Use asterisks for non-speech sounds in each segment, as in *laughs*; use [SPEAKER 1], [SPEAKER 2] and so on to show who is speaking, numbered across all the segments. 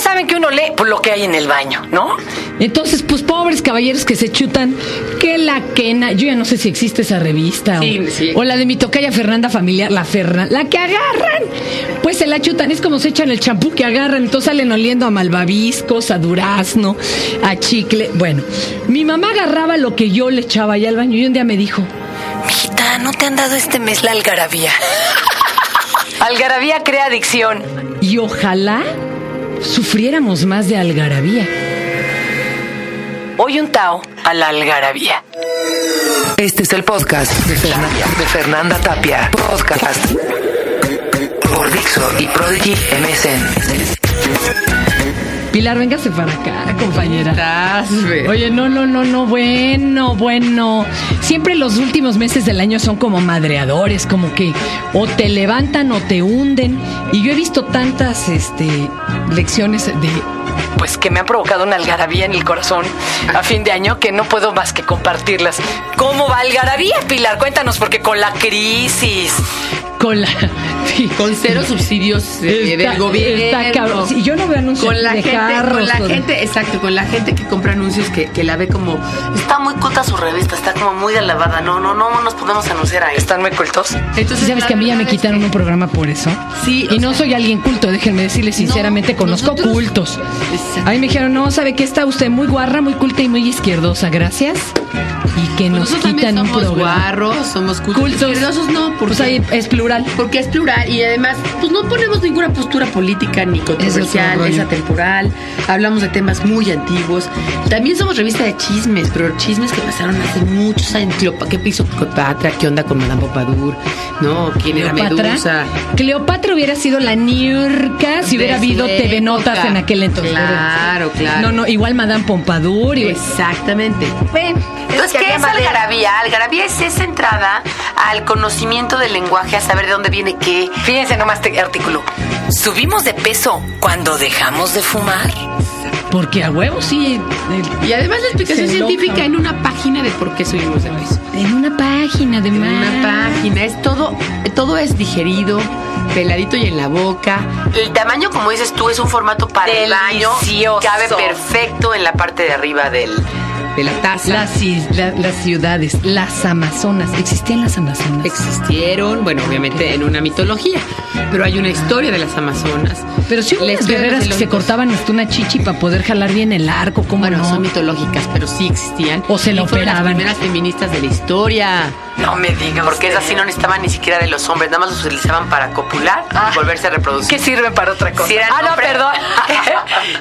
[SPEAKER 1] saben que uno lee por lo que hay en el baño, ¿no?
[SPEAKER 2] Entonces, pues pobres caballeros que se chutan, que la quena, yo ya no sé si existe esa revista
[SPEAKER 1] Sí,
[SPEAKER 2] o,
[SPEAKER 1] sí.
[SPEAKER 2] o la de mi tocaya Fernanda Familiar, la Ferna, la que agarran, pues se la chutan, es como se echan el champú que agarran, entonces salen oliendo a malvaviscos, a durazno, a chicle, bueno, mi mamá agarraba lo que yo le echaba allá al baño y un día me dijo,
[SPEAKER 1] Mijita, ¿no te han dado este mes la algarabía? *laughs* algarabía crea adicción.
[SPEAKER 2] y ojalá sufriéramos más de algarabía.
[SPEAKER 1] Hoy un Tao a la algarabía.
[SPEAKER 3] Este es el podcast de Fernanda, de Fernanda Tapia. Podcast por Dixo y Prodigy MSN.
[SPEAKER 2] Pilar, véngase para acá, compañera.
[SPEAKER 4] Estás, ve.
[SPEAKER 2] Oye, no, no, no, no, bueno, bueno. Siempre los últimos meses del año son como madreadores, como que o te levantan o te hunden. Y yo he visto tantas este, lecciones de...
[SPEAKER 1] Pues que me ha provocado una algarabía en el corazón a fin de año que no puedo más que compartirlas. ¿Cómo va algarabía, Pilar? Cuéntanos, porque con la crisis.
[SPEAKER 2] Con la... sí,
[SPEAKER 4] Con cero subsidios eh,
[SPEAKER 2] Está-
[SPEAKER 4] del gobierno.
[SPEAKER 2] está cabrón. Sí, yo no veo anuncios
[SPEAKER 4] con la
[SPEAKER 2] de
[SPEAKER 4] gente,
[SPEAKER 2] carros,
[SPEAKER 4] con la
[SPEAKER 2] con-
[SPEAKER 4] gente, exacto, con la gente que compra anuncios que, que la ve como
[SPEAKER 3] Está muy culta su revista, está como muy de lavada. No, no, no nos podemos anunciar ahí.
[SPEAKER 1] ¿Están muy cultos?
[SPEAKER 4] entonces
[SPEAKER 2] ¿Sabes
[SPEAKER 4] la
[SPEAKER 2] que a mí ya me
[SPEAKER 4] verdad es
[SPEAKER 2] quitaron un programa por eso?
[SPEAKER 4] Sí,
[SPEAKER 2] Y
[SPEAKER 4] o
[SPEAKER 2] no
[SPEAKER 4] sea-
[SPEAKER 2] soy alguien culto, déjenme decirles sinceramente,
[SPEAKER 4] No,
[SPEAKER 2] conozco
[SPEAKER 4] nosotros-
[SPEAKER 2] cultos.
[SPEAKER 4] Exacto.
[SPEAKER 2] A mí me dijeron, no, ¿sabe qué? Está usted muy guarra, muy culta y muy izquierdosa, gracias. Y que nos
[SPEAKER 4] Pues Nosotros también
[SPEAKER 2] quitan un
[SPEAKER 4] somos
[SPEAKER 2] programa.
[SPEAKER 4] guarros, somos cultos.
[SPEAKER 2] Cultos.
[SPEAKER 4] Izquierdosos no, porque,
[SPEAKER 2] Pues ahí es plural.
[SPEAKER 4] porque es plural y además, pues no ponemos ninguna postura política ni controversial,
[SPEAKER 2] rollo.
[SPEAKER 4] es atemporal. Hablamos de temas muy antiguos. También somos revista de chismes, pero chismes que pasaron hace muchos años. Cleopa- ¿Qué piso Cleopatra? ¿Qué onda con Madame Pompadour? ¿No? ¿Quién era Medusa?
[SPEAKER 2] Cleopatra hubiera sido la niurca si
[SPEAKER 4] De
[SPEAKER 2] hubiera
[SPEAKER 4] su
[SPEAKER 2] habido TV
[SPEAKER 4] época.
[SPEAKER 2] Notas en aquel entonces.
[SPEAKER 4] Claro, claro.
[SPEAKER 2] No, no, igual Madame Pompadour. igual-
[SPEAKER 4] Exactamente.
[SPEAKER 3] Entonces, ¿qué es algarabía? Algarabía es esa entrada al conocimiento del lenguaje, a saber de dónde viene qué.
[SPEAKER 1] Fíjense nomás este artículo. ¿Subimos de peso cuando dejamos de fumar?
[SPEAKER 2] Porque a huevo sí. el-
[SPEAKER 4] Y además la explicación
[SPEAKER 2] Se enoja.
[SPEAKER 4] científica en una página de por qué subimos de peso.
[SPEAKER 2] en una página de
[SPEAKER 4] En una
[SPEAKER 2] más.
[SPEAKER 4] página, es todo, todo es digerido, peladito y en la boca.
[SPEAKER 3] El tamaño, como dices tú, es un formato para el
[SPEAKER 1] Delicioso.
[SPEAKER 3] baño. Cabe perfecto en la parte de arriba del.
[SPEAKER 4] de la taza.
[SPEAKER 2] Las, is- la- las ciudades, las Amazonas. ¿Existían las Amazonas?
[SPEAKER 4] existieron, bueno, obviamente en una mitología, pero hay una historia de las Amazonas.
[SPEAKER 2] Pero sí hubo
[SPEAKER 4] La
[SPEAKER 2] unas
[SPEAKER 4] historia de
[SPEAKER 2] guerreras
[SPEAKER 4] los
[SPEAKER 2] que se
[SPEAKER 4] elónicos.
[SPEAKER 2] cortaban hasta una chichi para poder jalar bien el arco, ¿cómo
[SPEAKER 4] Bueno,
[SPEAKER 2] no?
[SPEAKER 4] son mitológicas, pero sí existían.
[SPEAKER 2] O se la
[SPEAKER 4] Y fueron
[SPEAKER 2] operaban.
[SPEAKER 4] Las primeras feministas de la historia.
[SPEAKER 3] No me digas. Porque esas sí no necesitaban ni siquiera de los hombres, nada más los utilizaban para copular y volverse a reproducir.
[SPEAKER 1] Que sirven Ah, para otra cosa.
[SPEAKER 3] Si eran
[SPEAKER 1] ah, no,
[SPEAKER 3] hombres-
[SPEAKER 1] *laughs* perdón.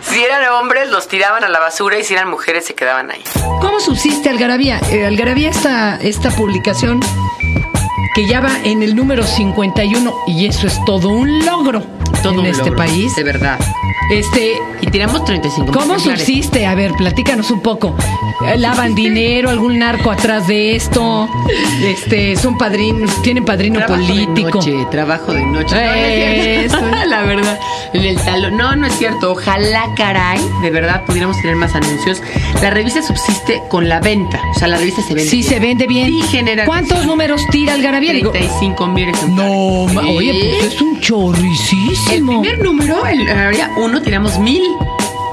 [SPEAKER 3] si eran hombres, los tiraban a la basura y si eran mujeres, se quedaban ahí.
[SPEAKER 2] ¿Cómo subsiste Algarabía? Eh, Algarabía, esta, esta publicación que ya va en el número 51 y eso es todo un logro en
[SPEAKER 4] Todo un
[SPEAKER 2] este
[SPEAKER 4] logro,
[SPEAKER 2] país.
[SPEAKER 4] De verdad.
[SPEAKER 2] Este,
[SPEAKER 4] Y tiramos 35
[SPEAKER 2] ¿Cómo
[SPEAKER 4] ejemplares.
[SPEAKER 2] subsiste? A ver, platícanos un poco. Eh, ¿Lavan dinero? ¿Algún narco atrás de esto? Este, ¿Son padrinos? ¿Tienen padrino
[SPEAKER 4] Trabajo
[SPEAKER 2] político? Eh.
[SPEAKER 4] De noche, trabajo de noche. No, no es
[SPEAKER 2] Eso.
[SPEAKER 4] cierto. *laughs* la verdad. En el talón. No, no es cierto. Ojalá, caray, de verdad pudiéramos tener más anuncios. La revista subsiste con la venta. O sea, la revista se vende.
[SPEAKER 2] Sí,
[SPEAKER 4] bien.
[SPEAKER 2] se vende bien.
[SPEAKER 4] Sí, genera.
[SPEAKER 2] ¿Cuántos números tira Algarabía? Digo,
[SPEAKER 4] 35 mil
[SPEAKER 2] No, ma- oye, pues es un
[SPEAKER 4] El
[SPEAKER 2] chorricísimo.
[SPEAKER 4] primer número, el área 1, tiramos mil.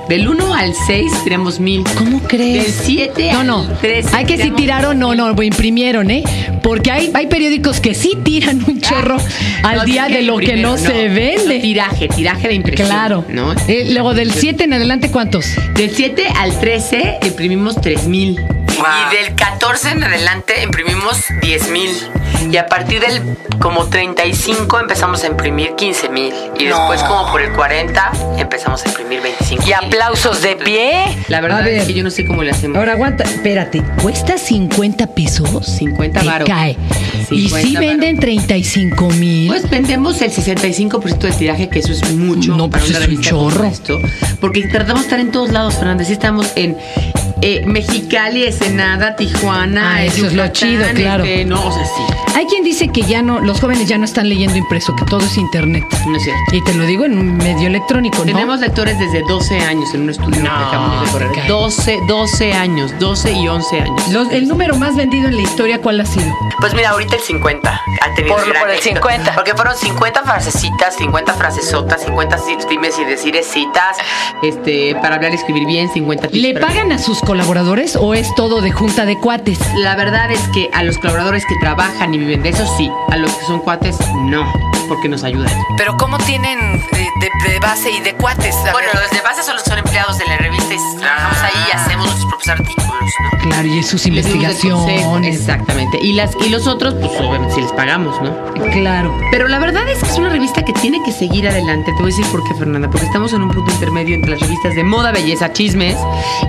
[SPEAKER 4] Del 1 al 6, tiramos mil.
[SPEAKER 2] ¿Cómo
[SPEAKER 4] Del
[SPEAKER 2] crees?
[SPEAKER 4] 7
[SPEAKER 2] No, no.
[SPEAKER 4] al 13.
[SPEAKER 2] Hay que sí
[SPEAKER 4] tiramos-
[SPEAKER 2] tiraron, no, no, imprimieron, ¿eh? Porque hay, hay periódicos que sí tiran un chorro al
[SPEAKER 4] Ah, No,
[SPEAKER 2] día
[SPEAKER 4] sí,
[SPEAKER 2] de lo que
[SPEAKER 4] primero,
[SPEAKER 2] no, se vende.
[SPEAKER 4] Tiraje, tiraje de impresión.
[SPEAKER 2] Claro.
[SPEAKER 4] ¿no?
[SPEAKER 2] Eh, luego del 7 en adelante, ¿cuántos?
[SPEAKER 4] Del 7 al 13 imprimimos 3000.
[SPEAKER 3] Y del 14 en adelante imprimimos 10 mil. Y a partir del como 35 empezamos a imprimir 15 mil. Y después como por el 40 empezamos a imprimir 25
[SPEAKER 1] Y aplausos de pie.
[SPEAKER 4] La
[SPEAKER 2] A
[SPEAKER 4] verdad
[SPEAKER 2] ver.
[SPEAKER 4] es que yo no sé cómo le hacemos.
[SPEAKER 2] Ahora aguanta, espérate, cuesta 50 pesos.
[SPEAKER 4] 50
[SPEAKER 2] Te
[SPEAKER 4] varo.
[SPEAKER 2] cae. y
[SPEAKER 4] 50
[SPEAKER 2] si
[SPEAKER 4] varo.
[SPEAKER 2] venden 35 mil.
[SPEAKER 4] Pues vendemos el 65% del tiraje, que eso es mucho.
[SPEAKER 2] No,
[SPEAKER 4] para
[SPEAKER 2] pues
[SPEAKER 4] una
[SPEAKER 2] es un
[SPEAKER 4] revista como
[SPEAKER 2] chorro.
[SPEAKER 4] esto, porque tratamos de estar en todos lados, Fernández. Sí estamos en eh, Mexicali, Ensenada, Tijuana.
[SPEAKER 2] Ah, eso es lo
[SPEAKER 4] Yucatán,
[SPEAKER 2] chido, claro.
[SPEAKER 4] este, no, o sea, sí.
[SPEAKER 2] Hay quien dice que ya no, los jóvenes ya no están leyendo impreso, que todo es internet.
[SPEAKER 4] No es cierto.
[SPEAKER 2] Y te lo digo en un medio electrónico, ¿no?
[SPEAKER 4] Tenemos lectores desde 12 años en un estudio que acabamos de correr.
[SPEAKER 2] te cae.
[SPEAKER 4] 12, 12 años, 12 y 11 años.
[SPEAKER 2] Los- el número más vendido en la historia, ¿cuál ha sido?
[SPEAKER 3] Pues mira, ahorita el 50 ha tenido
[SPEAKER 1] Por-
[SPEAKER 3] gran
[SPEAKER 1] por el
[SPEAKER 3] éxito.
[SPEAKER 1] 50.
[SPEAKER 3] Porque fueron 50 frasecitas, 50 frasesotas, 50 si- dimes y deciresitas.
[SPEAKER 4] Este, para hablar y escribir bien, 50 tips
[SPEAKER 2] ¿Le
[SPEAKER 4] para-
[SPEAKER 2] pagan a sus colaboradores o es todo de junta de cuates?
[SPEAKER 4] La verdad es que a los colaboradores que trabajan y viven de eso, sí. A los que son cuates, no. Porque nos ayudan.
[SPEAKER 1] Pero ¿cómo tienen eh, de, de base y de cuates? A
[SPEAKER 3] Bueno,
[SPEAKER 1] ver.
[SPEAKER 3] los de base solo son empleados de la revista y trabajamos ahí y hacemos nuestros propios artículos, ¿no?
[SPEAKER 2] Claro, y es sus
[SPEAKER 4] Ah. Les dimos el consejo,
[SPEAKER 2] investigaciones.
[SPEAKER 4] Exactamente. Y, las, y los otros, pues obviamente, si les pagamos, ¿no?
[SPEAKER 2] Claro.
[SPEAKER 4] Pero la verdad es que es una revista que tiene que seguir adelante. Te voy a decir por qué, Fernanda. Porque estamos en un punto intermedio entre las revistas de moda, belleza, chismes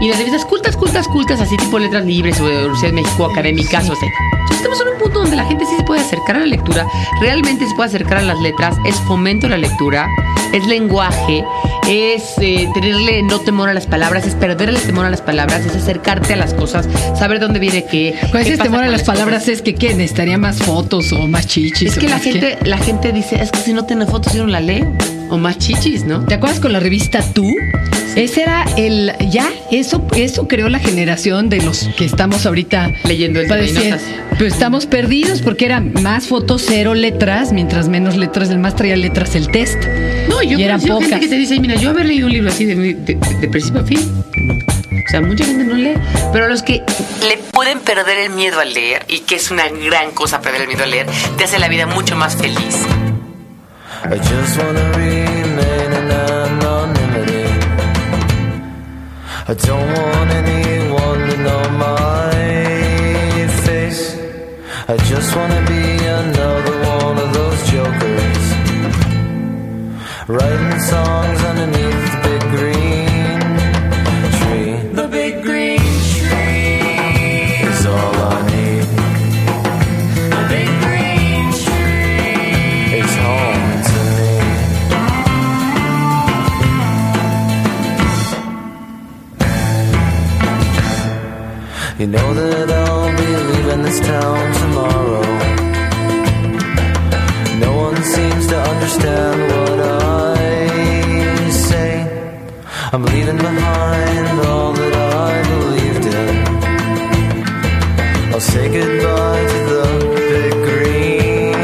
[SPEAKER 4] y las revistas cultas, cultas, cultas, así tipo letras libres o de Universidad de México, académicas
[SPEAKER 2] Sí.
[SPEAKER 4] o así. Entonces, estamos en un punto donde la gente sí se puede acercar a la lectura, realmente se puede acercar a las letras, es fomento a la lectura, es lenguaje, es eh, tenerle no temor a las palabras, es perderle el temor a las palabras, es acercarte a las cosas, saber dónde viene qué.
[SPEAKER 2] Con
[SPEAKER 4] qué
[SPEAKER 2] ese
[SPEAKER 4] pasa
[SPEAKER 2] temor a
[SPEAKER 4] con
[SPEAKER 2] las
[SPEAKER 4] cosas.
[SPEAKER 2] palabras es que ¿qué? necesitaría más fotos o más chichis.
[SPEAKER 4] Es
[SPEAKER 2] o
[SPEAKER 4] que la
[SPEAKER 2] más qué?
[SPEAKER 4] gente, la gente dice, es que si no tiene fotos yo no la leo. O más chichis, ¿no?
[SPEAKER 2] ¿Te acuerdas con la revista Tú? Ese era el ya eso eso creó la generación de los que estamos ahorita
[SPEAKER 4] Leyendo el
[SPEAKER 2] padeciendo. Pero estamos perdidos porque era más fotos cero letras, mientras menos letras el más traía letras el test.
[SPEAKER 4] No, yo
[SPEAKER 2] Y eran
[SPEAKER 4] conozco gente
[SPEAKER 2] pocas.
[SPEAKER 4] que te dice, mira, yo haber leído un libro así de, de- de principio a fin. No. O sea, mucha gente no lee. Pero los que
[SPEAKER 3] le pueden perder el miedo al leer y que es una gran cosa perder el miedo al leer, te hace la vida mucho más feliz.
[SPEAKER 5] I just wanna remain in anonymity. I don't want anyone to know my face. I just wanna be another one of those jokers. Writing songs underneath the big green tree. The big green tree is all I need. The big green tree. It's home to me. You know that I'll be leaving this town tomorrow. No one seems to understand what I say. I'm leaving behind all that I believed in. I'll say goodbye to the big green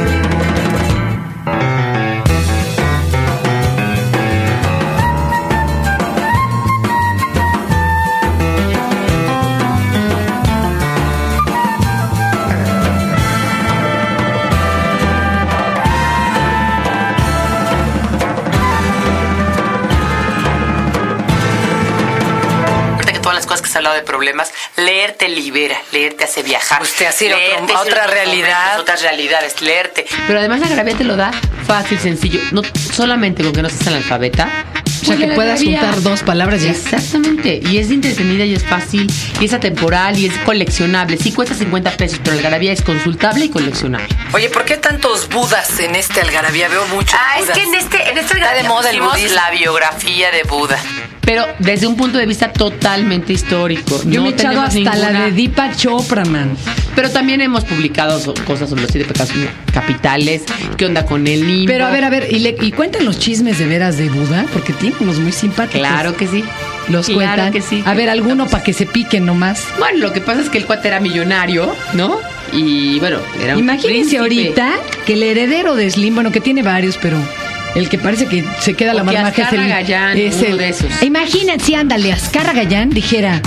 [SPEAKER 3] Ahorita que todas las cosas que se han hablado de problemas, leer te libera, leer te hace viajar.
[SPEAKER 1] Pues te hace ir a
[SPEAKER 3] Leer
[SPEAKER 1] otro-
[SPEAKER 3] te
[SPEAKER 1] a
[SPEAKER 3] hace
[SPEAKER 1] otra
[SPEAKER 3] otros momentos,
[SPEAKER 1] realidad.
[SPEAKER 3] Otras realidades, leerte.
[SPEAKER 4] Pero además la gravedad te lo da fácil, sencillo. No solamente con que no seas analfabeta.
[SPEAKER 2] O sea,
[SPEAKER 4] Oye,
[SPEAKER 2] que
[SPEAKER 4] la
[SPEAKER 2] puedas
[SPEAKER 4] gravedad.
[SPEAKER 2] juntar dos palabras ya.
[SPEAKER 4] Exactamente. Y es entretenida y es fácil. Y es atemporal y es coleccionable. Sí cuesta 50 pesos, pero la garabía es consultable y coleccionable.
[SPEAKER 1] Oye, ¿por qué tantos budas en este algarabía? Veo muchos
[SPEAKER 3] Ah, es
[SPEAKER 1] budas.
[SPEAKER 3] que en este, en este
[SPEAKER 1] Está de moda el
[SPEAKER 3] pusimos
[SPEAKER 1] budismo.
[SPEAKER 3] la biografía de Buda.
[SPEAKER 4] Pero desde un punto de vista totalmente histórico.
[SPEAKER 2] Yo
[SPEAKER 4] No
[SPEAKER 2] me he echado
[SPEAKER 4] tenemos
[SPEAKER 2] hasta la
[SPEAKER 4] ninguna-
[SPEAKER 2] de Deepa Chopra, man.
[SPEAKER 4] Pero también hemos publicado so- cosas sobre los siete pecados capitales. ¿Qué onda con el limbo?
[SPEAKER 2] Pero a ver, a ver, y, le- y cuentan los chismes de veras de Buda, porque tienen unos muy simpáticos.
[SPEAKER 4] Claro que sí.
[SPEAKER 2] Los
[SPEAKER 4] Claro
[SPEAKER 2] cuentan.
[SPEAKER 4] que sí.
[SPEAKER 2] A ver, alguno para que se piquen nomás.
[SPEAKER 4] Bueno, lo que pasa es que el cuate era millonario, ¿no? Y bueno, era un
[SPEAKER 2] Imagínense
[SPEAKER 4] príncipe.
[SPEAKER 2] ahorita que el heredero de Slim, bueno, que tiene varios, pero el que parece que se queda
[SPEAKER 4] O
[SPEAKER 2] la
[SPEAKER 4] que
[SPEAKER 2] marmaja es el.
[SPEAKER 4] Azcárraga Gallán,
[SPEAKER 2] es
[SPEAKER 4] uno
[SPEAKER 2] el-
[SPEAKER 4] de esos.
[SPEAKER 2] Imagínense, ándale, Ascara Gallán dijera: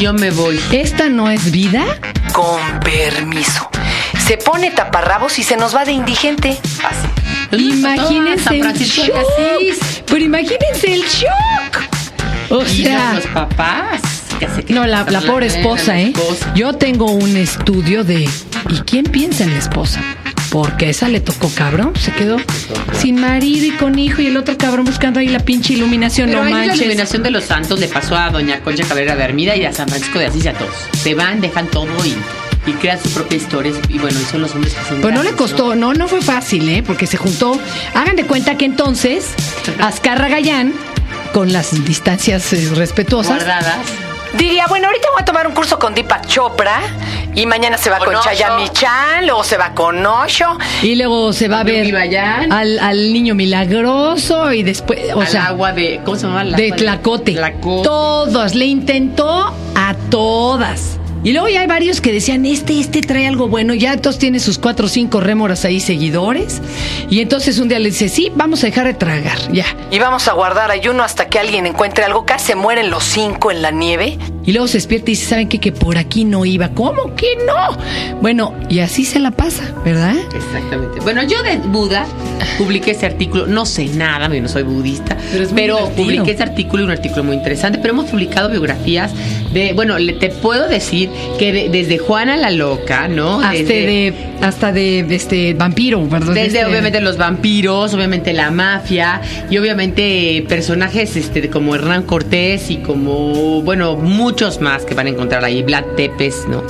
[SPEAKER 4] Yo me voy.
[SPEAKER 2] ¿esta no es vida?
[SPEAKER 1] Con permiso. Se pone taparrabos y se nos va de indigente. Así.
[SPEAKER 4] Ah, San
[SPEAKER 2] Imagínense el
[SPEAKER 4] Francisco de
[SPEAKER 2] shock. Pero imagínense el shock. O
[SPEAKER 4] Y
[SPEAKER 2] sea.
[SPEAKER 4] los papás. que se
[SPEAKER 2] No, la, la
[SPEAKER 4] quedaron
[SPEAKER 2] pobre
[SPEAKER 4] la
[SPEAKER 2] esposa,
[SPEAKER 4] nena,
[SPEAKER 2] ¿eh?
[SPEAKER 4] la esposa.
[SPEAKER 2] Yo tengo un estudio de... ¿Y quién piensa en la esposa? Porque esa le tocó cabrón, se quedó sin marido y con hijo y el otro cabrón buscando ahí la pinche iluminación,
[SPEAKER 4] Pero
[SPEAKER 2] no
[SPEAKER 4] ahí la
[SPEAKER 2] manches.
[SPEAKER 4] iluminación de los santos le pasó a doña Concha Cabrera de Armida y a San Francisco de Asís y a todos. Se van, dejan todo y, y crean su propia historia. Y bueno, y son los hombres que son
[SPEAKER 2] Pues no le
[SPEAKER 4] grandes,
[SPEAKER 2] costó, no, no fue fácil, ¿eh? Porque se juntó. Hagan de cuenta que entonces Azcarra Gallán, con las distancias eh, respetuosas,
[SPEAKER 4] guardadas.
[SPEAKER 1] diría, bueno, ahorita voy a tomar un curso con Deepak Chopra y mañana se va
[SPEAKER 3] Con
[SPEAKER 1] con
[SPEAKER 3] Osho.
[SPEAKER 1] Chayamichal o se va con Osho.
[SPEAKER 2] Y luego se va a ver
[SPEAKER 4] Vivayán.
[SPEAKER 2] al, al niño milagroso y después, o
[SPEAKER 4] al
[SPEAKER 2] sea,
[SPEAKER 4] agua de. ¿Cómo se llama? El
[SPEAKER 2] de
[SPEAKER 4] agua
[SPEAKER 2] Tlacote.
[SPEAKER 4] Tlacote.
[SPEAKER 2] Todos, le intentó a todas. Y luego ya hay varios que decían, este, este trae algo bueno, ya entonces tiene sus cuatro o cinco rémoras ahí seguidores. Y entonces un día le dice, sí, vamos a dejar de tragar, ya.
[SPEAKER 1] Y vamos a guardar ayuno hasta que alguien encuentre algo. Casi se mueren los cinco en la nieve.
[SPEAKER 2] Y luego se despierta y dice, ¿saben qué? Que por aquí no iba. ¿Cómo que no? Bueno, y así se la pasa, ¿verdad?
[SPEAKER 4] Exactamente. Bueno, yo de Buda publiqué ese artículo. No sé nada, yo no soy budista,
[SPEAKER 2] Pero es
[SPEAKER 4] pero,
[SPEAKER 2] muy divertido.
[SPEAKER 4] publiqué ese artículo y un artículo muy interesante. Pero hemos publicado biografías de. Bueno, le- te puedo decir que de- desde Juana la Loca, ¿no?
[SPEAKER 2] Hasta
[SPEAKER 4] Desde-
[SPEAKER 2] de, hasta de, este, vampiro, perdón.
[SPEAKER 4] Desde
[SPEAKER 2] este-
[SPEAKER 4] obviamente los vampiros, obviamente la mafia y obviamente eh, personajes este, como Hernán Cortés y como, bueno, muchos más que van a encontrar ahí, Vlad Tepes, ¿no?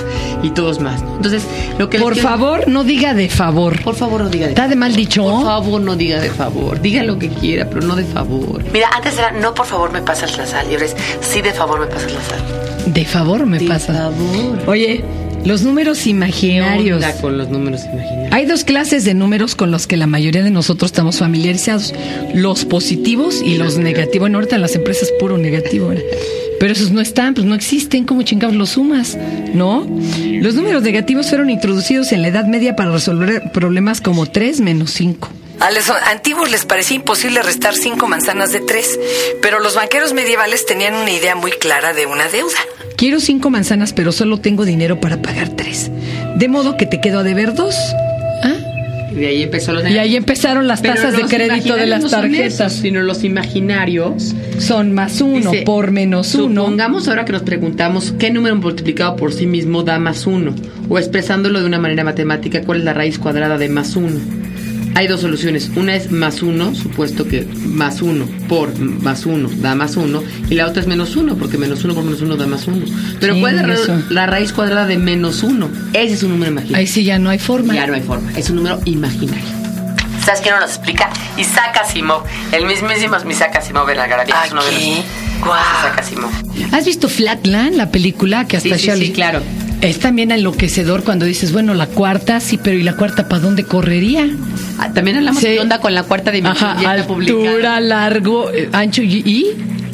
[SPEAKER 4] Y todos más. ¿no? Entonces, lo que... les
[SPEAKER 2] Por
[SPEAKER 4] quiero-
[SPEAKER 2] favor, no diga de favor.
[SPEAKER 4] Por favor, no diga de
[SPEAKER 2] Está de mal dicho.
[SPEAKER 4] Por favor, no diga de favor. Diga lo que quiera, pero no de favor.
[SPEAKER 3] Mira, antes era, no, por favor, me pasas la sal. Y ahora es, sí, de favor, me pasas la sal.
[SPEAKER 2] De favor me
[SPEAKER 4] De
[SPEAKER 2] pasa.
[SPEAKER 4] favor.
[SPEAKER 2] Oye, los números
[SPEAKER 4] ¿Qué
[SPEAKER 2] imaginarios.
[SPEAKER 4] onda con los números imaginarios?
[SPEAKER 2] Hay dos clases de números con los que la mayoría de nosotros estamos familiarizados, los positivos y los negativos. Bueno, ahorita en las empresas puro negativo, ¿verdad? pero esos no están, pues no existen, ¿cómo chingados los sumas? ¿No? Los números negativos fueron introducidos en la Edad Media para resolver problemas como 3 menos 5.
[SPEAKER 1] A los antiguos les parecía imposible restar cinco manzanas de tres, pero los banqueros medievales tenían una idea muy clara de una deuda.
[SPEAKER 2] Quiero cinco manzanas, pero solo tengo dinero para pagar tres. De modo que te quedo a deber dos. ¿Ah?
[SPEAKER 4] Y de ahí empezó los
[SPEAKER 2] Y ahí empezaron las
[SPEAKER 4] Pero
[SPEAKER 2] tasas de
[SPEAKER 4] los
[SPEAKER 2] crédito de
[SPEAKER 4] imaginarios
[SPEAKER 2] las
[SPEAKER 4] no son esos,
[SPEAKER 2] tarjetas.
[SPEAKER 4] sino los imaginarios.
[SPEAKER 2] Son más uno
[SPEAKER 4] Dice,
[SPEAKER 2] por menos uno.
[SPEAKER 4] Supongamos ahora que nos preguntamos qué número multiplicado por sí mismo da más uno, o expresándolo de una manera matemática, cuál es la raíz cuadrada de más uno. Hay dos soluciones. Una es más uno, supuesto que más uno por más uno da más uno, y la otra es menos uno, porque menos uno por menos uno da más uno. Pero
[SPEAKER 2] Sí,
[SPEAKER 4] ¿cuál es la,
[SPEAKER 2] eso.
[SPEAKER 4] ra- la raíz cuadrada de menos uno? Ese es un número
[SPEAKER 2] Ahí
[SPEAKER 4] imaginario.
[SPEAKER 2] sí ya no hay forma.
[SPEAKER 4] Ya no hay forma. Es un número imaginario.
[SPEAKER 3] ¿Sabes quién nos lo explica? Isaac Asimov. El mismísimo Isaac Asimov de la garabía. Es uno de los-
[SPEAKER 1] Aquí. Guau.
[SPEAKER 3] Isaac Asimov.
[SPEAKER 2] ¿Has visto Flatland, la película que hasta
[SPEAKER 4] Sí, sí,
[SPEAKER 2] Charlie-
[SPEAKER 4] sí, claro.
[SPEAKER 2] Es también enloquecedor cuando dices, bueno, la cuarta, sí, pero ¿y la cuarta para dónde correría?
[SPEAKER 4] Ah, También hablamos
[SPEAKER 2] Sí.
[SPEAKER 4] de onda con la cuarta dimensión
[SPEAKER 2] Ajá,
[SPEAKER 4] ya está publicada.
[SPEAKER 2] altura, largo, eh, ancho y- y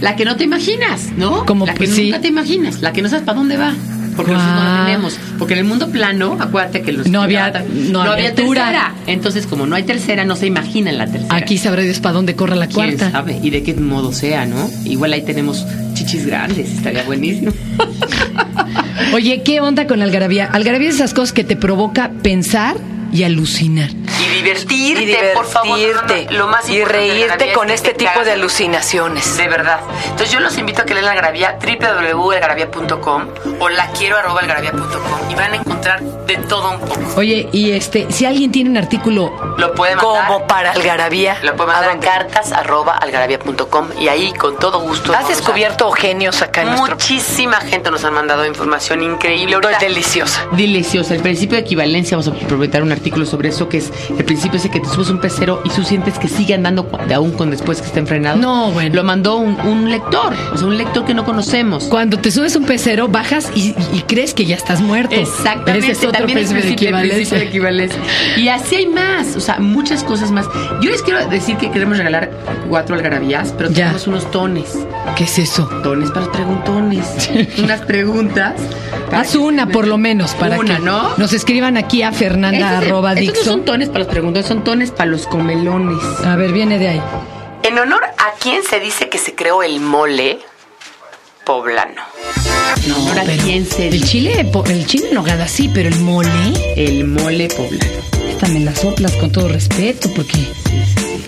[SPEAKER 4] La que no te imaginas, ¿no?
[SPEAKER 2] Como
[SPEAKER 4] la que
[SPEAKER 2] pues, sí.
[SPEAKER 4] nunca te imaginas, la que no sabes para dónde va. Porque nosotros no
[SPEAKER 2] Guau.
[SPEAKER 4] la tenemos. Porque en el mundo plano, acuérdate que los
[SPEAKER 2] No había- no había altura.
[SPEAKER 4] tercera. Entonces, como no hay tercera, no se imagina la tercera.
[SPEAKER 2] Aquí sabrá Dios para dónde corra la
[SPEAKER 4] ¿Quién
[SPEAKER 2] cuarta.
[SPEAKER 4] sabe? Y de qué modo sea, ¿no? Igual ahí tenemos chichis grandes, estaría buenísimo.
[SPEAKER 2] Oye, ¿qué onda con la algarabía? Algarabía es esas cosas que te provoca pensar y alucinar.
[SPEAKER 3] Y divertirte,
[SPEAKER 1] Y divertirte,
[SPEAKER 3] por favor. No, no, no, Lo más importante
[SPEAKER 1] y
[SPEAKER 3] de la
[SPEAKER 1] reírte
[SPEAKER 3] garabía
[SPEAKER 1] con
[SPEAKER 3] es
[SPEAKER 1] este
[SPEAKER 3] que te
[SPEAKER 1] tipo
[SPEAKER 3] hagas
[SPEAKER 1] de alucinaciones.
[SPEAKER 3] De verdad. Entonces yo los invito a que lean la garabía www.elgarabía.com o la quiero arroba elgarabía.com y van a encontrar de todo un poco.
[SPEAKER 2] Oye, y este, si alguien tiene un artículo,
[SPEAKER 3] Lo pueden mandar.
[SPEAKER 1] Como para algarabía.
[SPEAKER 3] Lo pueden mandar
[SPEAKER 1] ¿A
[SPEAKER 3] en
[SPEAKER 1] dónde?
[SPEAKER 3] cartas arroba algarabía.com y ahí con todo gusto.
[SPEAKER 1] Has
[SPEAKER 3] vamos a-
[SPEAKER 1] descubierto genios acá en nuestro
[SPEAKER 3] Muchísima gente nos ha mandado información increíble.
[SPEAKER 1] libro.
[SPEAKER 3] Ahorita-
[SPEAKER 1] Es deliciosa.
[SPEAKER 4] Deliciosa. El principio de equivalencia, vamos a publicar un artículo sobre eso, que es el principio ese que te subes un pecero y tú sientes que sigue andando cu- de aún con después que estén frenados.
[SPEAKER 2] No, bueno.
[SPEAKER 4] Lo mandó un, un lector, o sea, un lector que no conocemos.
[SPEAKER 2] cuando te subes un pecero, bajas y, y crees que ya estás muerto. Pero
[SPEAKER 4] Exactamente,
[SPEAKER 2] ese es otro
[SPEAKER 4] también es
[SPEAKER 2] principio de
[SPEAKER 4] principio-
[SPEAKER 2] equivalencia.
[SPEAKER 4] principio de equivalencia. Y así hay más, o sea, muchas cosas más. Yo les quiero decir que queremos regalar cuatro algarabías, pero
[SPEAKER 2] Ya.
[SPEAKER 4] tenemos unos tones.
[SPEAKER 2] ¿Qué es eso?
[SPEAKER 4] Tones para los
[SPEAKER 2] *laughs*
[SPEAKER 4] preguntones. Unas preguntas. para
[SPEAKER 2] Haz
[SPEAKER 4] que-
[SPEAKER 2] una por lo menos para
[SPEAKER 4] Una,
[SPEAKER 2] que
[SPEAKER 4] ¿no?
[SPEAKER 2] nos escriban aquí a Fernanda
[SPEAKER 4] Estos de-
[SPEAKER 2] arroba
[SPEAKER 4] estos no
[SPEAKER 2] Dixon.
[SPEAKER 4] son tones para los preguntones, son tones para los comelones.
[SPEAKER 2] A ver, viene de ahí.
[SPEAKER 3] En honor a quién se dice que se creó el mole poblano.
[SPEAKER 4] No, Ahora,
[SPEAKER 2] Pero
[SPEAKER 4] ¿quién se
[SPEAKER 2] el
[SPEAKER 4] dice?
[SPEAKER 2] chile, po- el chile en nogada sí, pero el mole,
[SPEAKER 4] El mole poblano.
[SPEAKER 2] esta me la soplas con todo respeto porque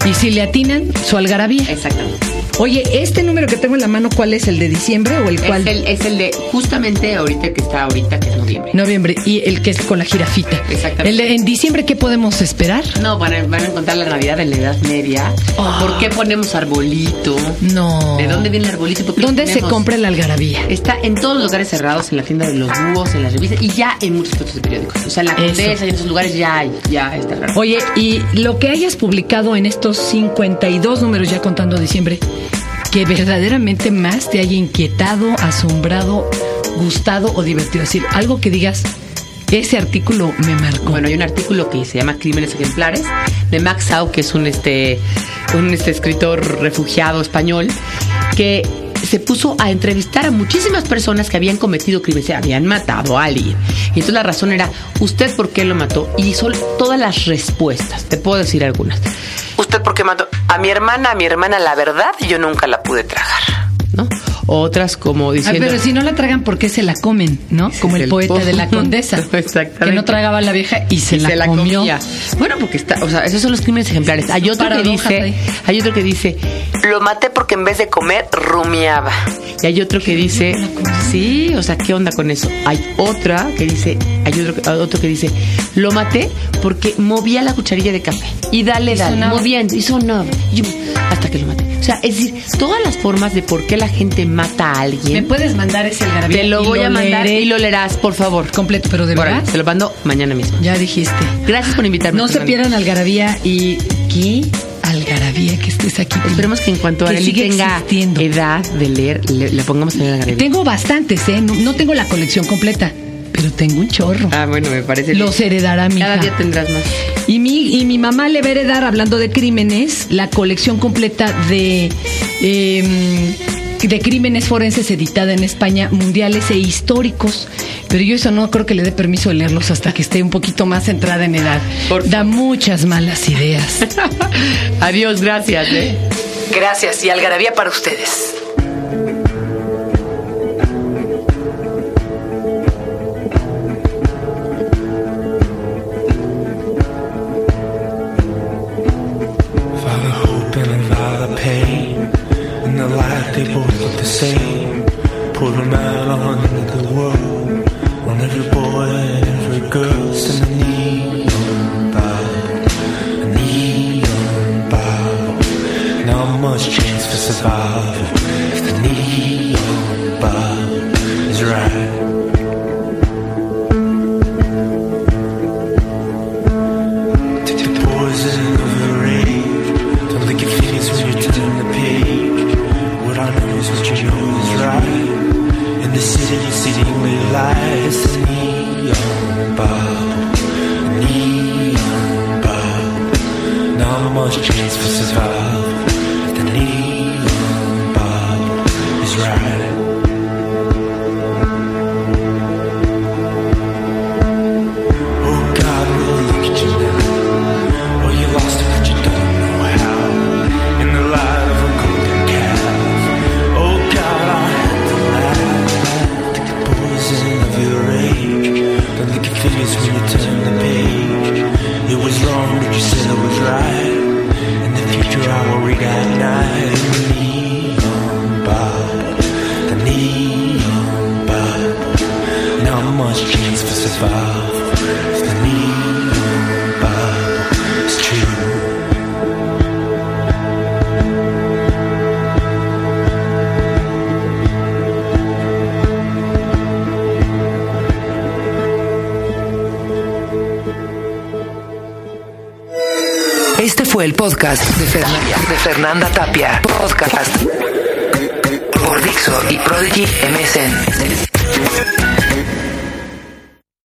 [SPEAKER 2] y si le atinan su algarabía.
[SPEAKER 4] Exactamente.
[SPEAKER 2] Oye, este número que tengo en la mano, ¿cuál es? ¿El de diciembre o el cual?
[SPEAKER 4] Es el, es el de justamente ahorita que está ahorita, que es noviembre.
[SPEAKER 2] Noviembre. Y el que es con la jirafita.
[SPEAKER 4] Exactamente.
[SPEAKER 2] El de- en diciembre, ¿qué podemos esperar?
[SPEAKER 4] No, van a, van a encontrar la Navidad en la Edad Media.
[SPEAKER 2] Ah.
[SPEAKER 4] ¿Por qué ponemos arbolito?
[SPEAKER 2] No.
[SPEAKER 4] ¿De dónde viene el arbolito? ¿Por qué lo
[SPEAKER 2] ¿Dónde se
[SPEAKER 4] ponemos?
[SPEAKER 2] compra la algarabía?
[SPEAKER 4] Está en todos los lugares cerrados, en la tienda de los búhos, en las revistas y ya en muchos otros periódicos. O sea, en la
[SPEAKER 2] Eso.
[SPEAKER 4] condesa y en esos lugares ya hay, ya está raro.
[SPEAKER 2] Oye, y lo que hayas publicado en estos 52 números ya contando diciembre, que verdaderamente más te haya inquietado, asombrado, gustado o divertido? Es decir, algo que digas, ese artículo me marcó.
[SPEAKER 4] Bueno, hay un artículo que se llama Crímenes ejemplares de Max Sau, que es un este un este escritor refugiado español que se puso a entrevistar a muchísimas personas que habían cometido crímenes, se habían matado a alguien. Y entonces la razón era, ¿usted por qué lo mató? Y son todas las respuestas, te puedo decir algunas,
[SPEAKER 3] ¿Usted por qué mató? A mi hermana, a mi hermana, la verdad, yo nunca la pude tragar.
[SPEAKER 4] ¿no? Otras como
[SPEAKER 2] Ah,
[SPEAKER 4] diciendo...
[SPEAKER 2] pero si no la tragan, ¿por qué se la comen? ¿No? Como el,
[SPEAKER 4] el
[SPEAKER 2] poeta
[SPEAKER 4] po-
[SPEAKER 2] de la condesa.
[SPEAKER 4] *laughs* Exactamente.
[SPEAKER 2] Que no tragaba a la vieja y se,
[SPEAKER 4] y
[SPEAKER 2] la, comió.
[SPEAKER 4] comía. Bueno, porque está, o sea, esos son los crímenes ejemplares. Hay otro que
[SPEAKER 2] Paradojas
[SPEAKER 4] dice,
[SPEAKER 2] ahí.
[SPEAKER 4] hay otro que dice,
[SPEAKER 3] Lo maté porque en vez de comer, rumiaba.
[SPEAKER 4] y hay otro que dice, sí, o sea, ¿qué onda con eso? Hay otra que dice, hay otro, hay otro que dice, lo maté porque movía la cucharilla de café. Y dale, dale,
[SPEAKER 2] sonaba.
[SPEAKER 4] moviendo, y sonaba, y- hasta que lo maté. O sea, es decir, todas las formas de por qué la gente mata a
[SPEAKER 2] ¿Me
[SPEAKER 4] alguien,
[SPEAKER 2] puedes mandar ese algarabía?
[SPEAKER 4] te lo
[SPEAKER 2] Y
[SPEAKER 4] voy a mandar
[SPEAKER 2] leeré
[SPEAKER 4] y lo leerás, por favor.
[SPEAKER 2] completo, pero de
[SPEAKER 4] Órale,
[SPEAKER 2] verdad.
[SPEAKER 4] Te lo mando mañana mismo.
[SPEAKER 2] Ya dijiste.
[SPEAKER 4] Gracias por invitarme.
[SPEAKER 2] No se
[SPEAKER 4] Fernanda.
[SPEAKER 2] pierdan algarabía y qué algarabía que estés aquí.
[SPEAKER 4] Pues Esperemos que en cuanto
[SPEAKER 2] Que
[SPEAKER 4] Arely
[SPEAKER 2] siga
[SPEAKER 4] tenga
[SPEAKER 2] existiendo.
[SPEAKER 4] edad de leer, le, le pongamos en el algarabía.
[SPEAKER 2] Tengo bastantes, ¿eh? No, no tengo la colección completa, pero tengo un chorro.
[SPEAKER 4] Ah, bueno, me parece.
[SPEAKER 2] Los
[SPEAKER 4] bien.
[SPEAKER 2] heredará mi
[SPEAKER 4] Cada
[SPEAKER 2] hija.
[SPEAKER 4] día tendrás más.
[SPEAKER 2] Y mi, y mi mamá le va a heredar, hablando de crímenes, la colección completa de, eh, de crímenes forenses editada en España, mundiales e históricos. Pero yo eso no creo que le dé permiso de leerlos hasta que esté un poquito más entrada en edad.
[SPEAKER 4] Por
[SPEAKER 2] da muchas malas
[SPEAKER 4] *laughs*
[SPEAKER 2] ideas.
[SPEAKER 4] Adiós, gracias. ¿eh?
[SPEAKER 1] Gracias y algarabía para ustedes.
[SPEAKER 6] Father Hope and Father Pain In the light they both look the same Put them out on the world On every boy and every girl Send a neon bow A neon bow Not much chance for survival If the neon bow is right Take the poison of the rage. Don't look at feelings when you turn the page. What I know is what you know is right. In the city, you see the only light is the neon bulb, neon bulb. Not much chance for survival. The neon bulb is right. Oh God, will look at you now. Oh, you lost it, but you don't know how. In the light of a golden calf. Oh God, I had to laugh. Take the poison of your rage. Don't look at figures when you turn the page. It was wrong, but you said it was right. In the future, I will read at night. The neon bulb, the neon bulb. Not much chance for survival. If the neon bulb is true.
[SPEAKER 7] Este fue el podcast de Fernanda, de Fernanda Tapia. Podcast por Dixo y Prodigy MSN.